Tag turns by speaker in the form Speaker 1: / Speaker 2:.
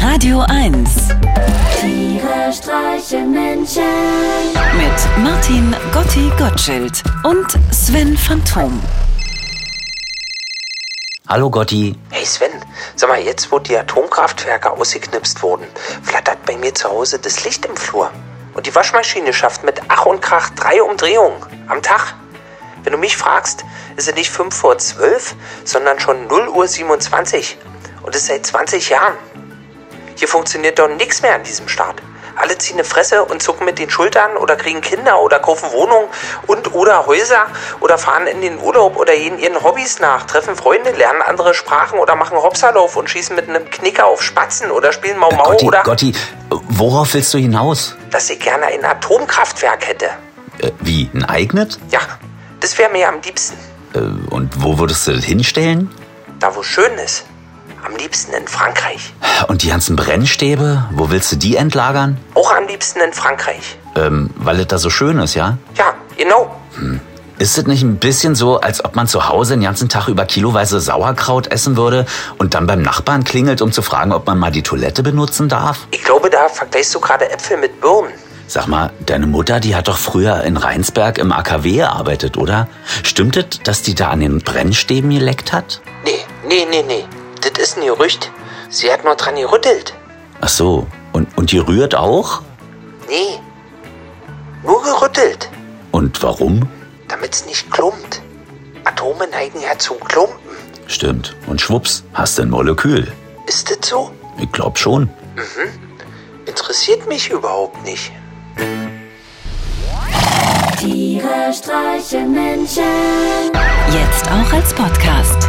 Speaker 1: Radio 1
Speaker 2: Tiere streichen Menschen.
Speaker 1: mit Martin Gotti Gottschild und Sven Phantom.
Speaker 3: Hallo Gotti.
Speaker 4: Hey Sven, sag mal, jetzt wo die Atomkraftwerke ausgeknipst wurden, flattert bei mir zu Hause das Licht im Flur. Und die Waschmaschine schafft mit Ach und Krach drei Umdrehungen am Tag. Wenn du mich fragst, ist es nicht 5 vor 12, sondern schon 0 Uhr 27. Und das seit 20 Jahren. Hier funktioniert doch nichts mehr an diesem Staat. Alle ziehen eine Fresse und zucken mit den Schultern oder kriegen Kinder oder kaufen Wohnungen und oder Häuser oder fahren in den Urlaub oder gehen ihren Hobbys nach, treffen Freunde, lernen andere Sprachen oder machen Hopsalauf und schießen mit einem Knicker auf Spatzen oder spielen Mau Mau
Speaker 3: Äh, Gotti,
Speaker 4: oder
Speaker 3: Gotti, worauf willst du hinaus?
Speaker 4: dass ich gerne ein Atomkraftwerk hätte.
Speaker 3: Äh, wie, ein eigenes?
Speaker 4: Ja, das wäre mir am liebsten.
Speaker 3: Äh, und wo würdest du das hinstellen?
Speaker 4: Da wo schön ist. Am liebsten in Frankreich.
Speaker 3: Und die ganzen Brennstäbe, wo willst du die entlagern?
Speaker 4: Auch am liebsten in Frankreich.
Speaker 3: Ähm, weil es da so schön ist, ja?
Speaker 4: Ja, genau.
Speaker 3: Ist es nicht ein bisschen so, als ob man zu Hause den ganzen Tag über kiloweise Sauerkraut essen würde und dann beim Nachbarn klingelt, um zu fragen, ob man mal die Toilette benutzen darf?
Speaker 4: Ich glaube, da vergleichst du gerade Äpfel mit Birnen.
Speaker 3: Sag mal, deine Mutter, die hat doch früher in Rheinsberg im AKW gearbeitet, oder? Stimmt es, dass die da an den Brennstäben geleckt hat?
Speaker 4: Nee, nee, nee, nee. Das ist ein Gerücht. Sie hat nur dran gerüttelt.
Speaker 3: Ach so, und, und die rührt auch?
Speaker 4: Nee. Nur gerüttelt,
Speaker 3: Und warum?
Speaker 4: damit's nicht klumpt. Atome neigen ja zum Klumpen.
Speaker 3: Stimmt, und schwupps, hast du ein Molekül.
Speaker 4: Ist das so?
Speaker 3: Ich glaub schon.
Speaker 4: Interessiert mich überhaupt nicht.
Speaker 2: Tiere streichen Menschen.
Speaker 1: Jetzt auch als Podcast.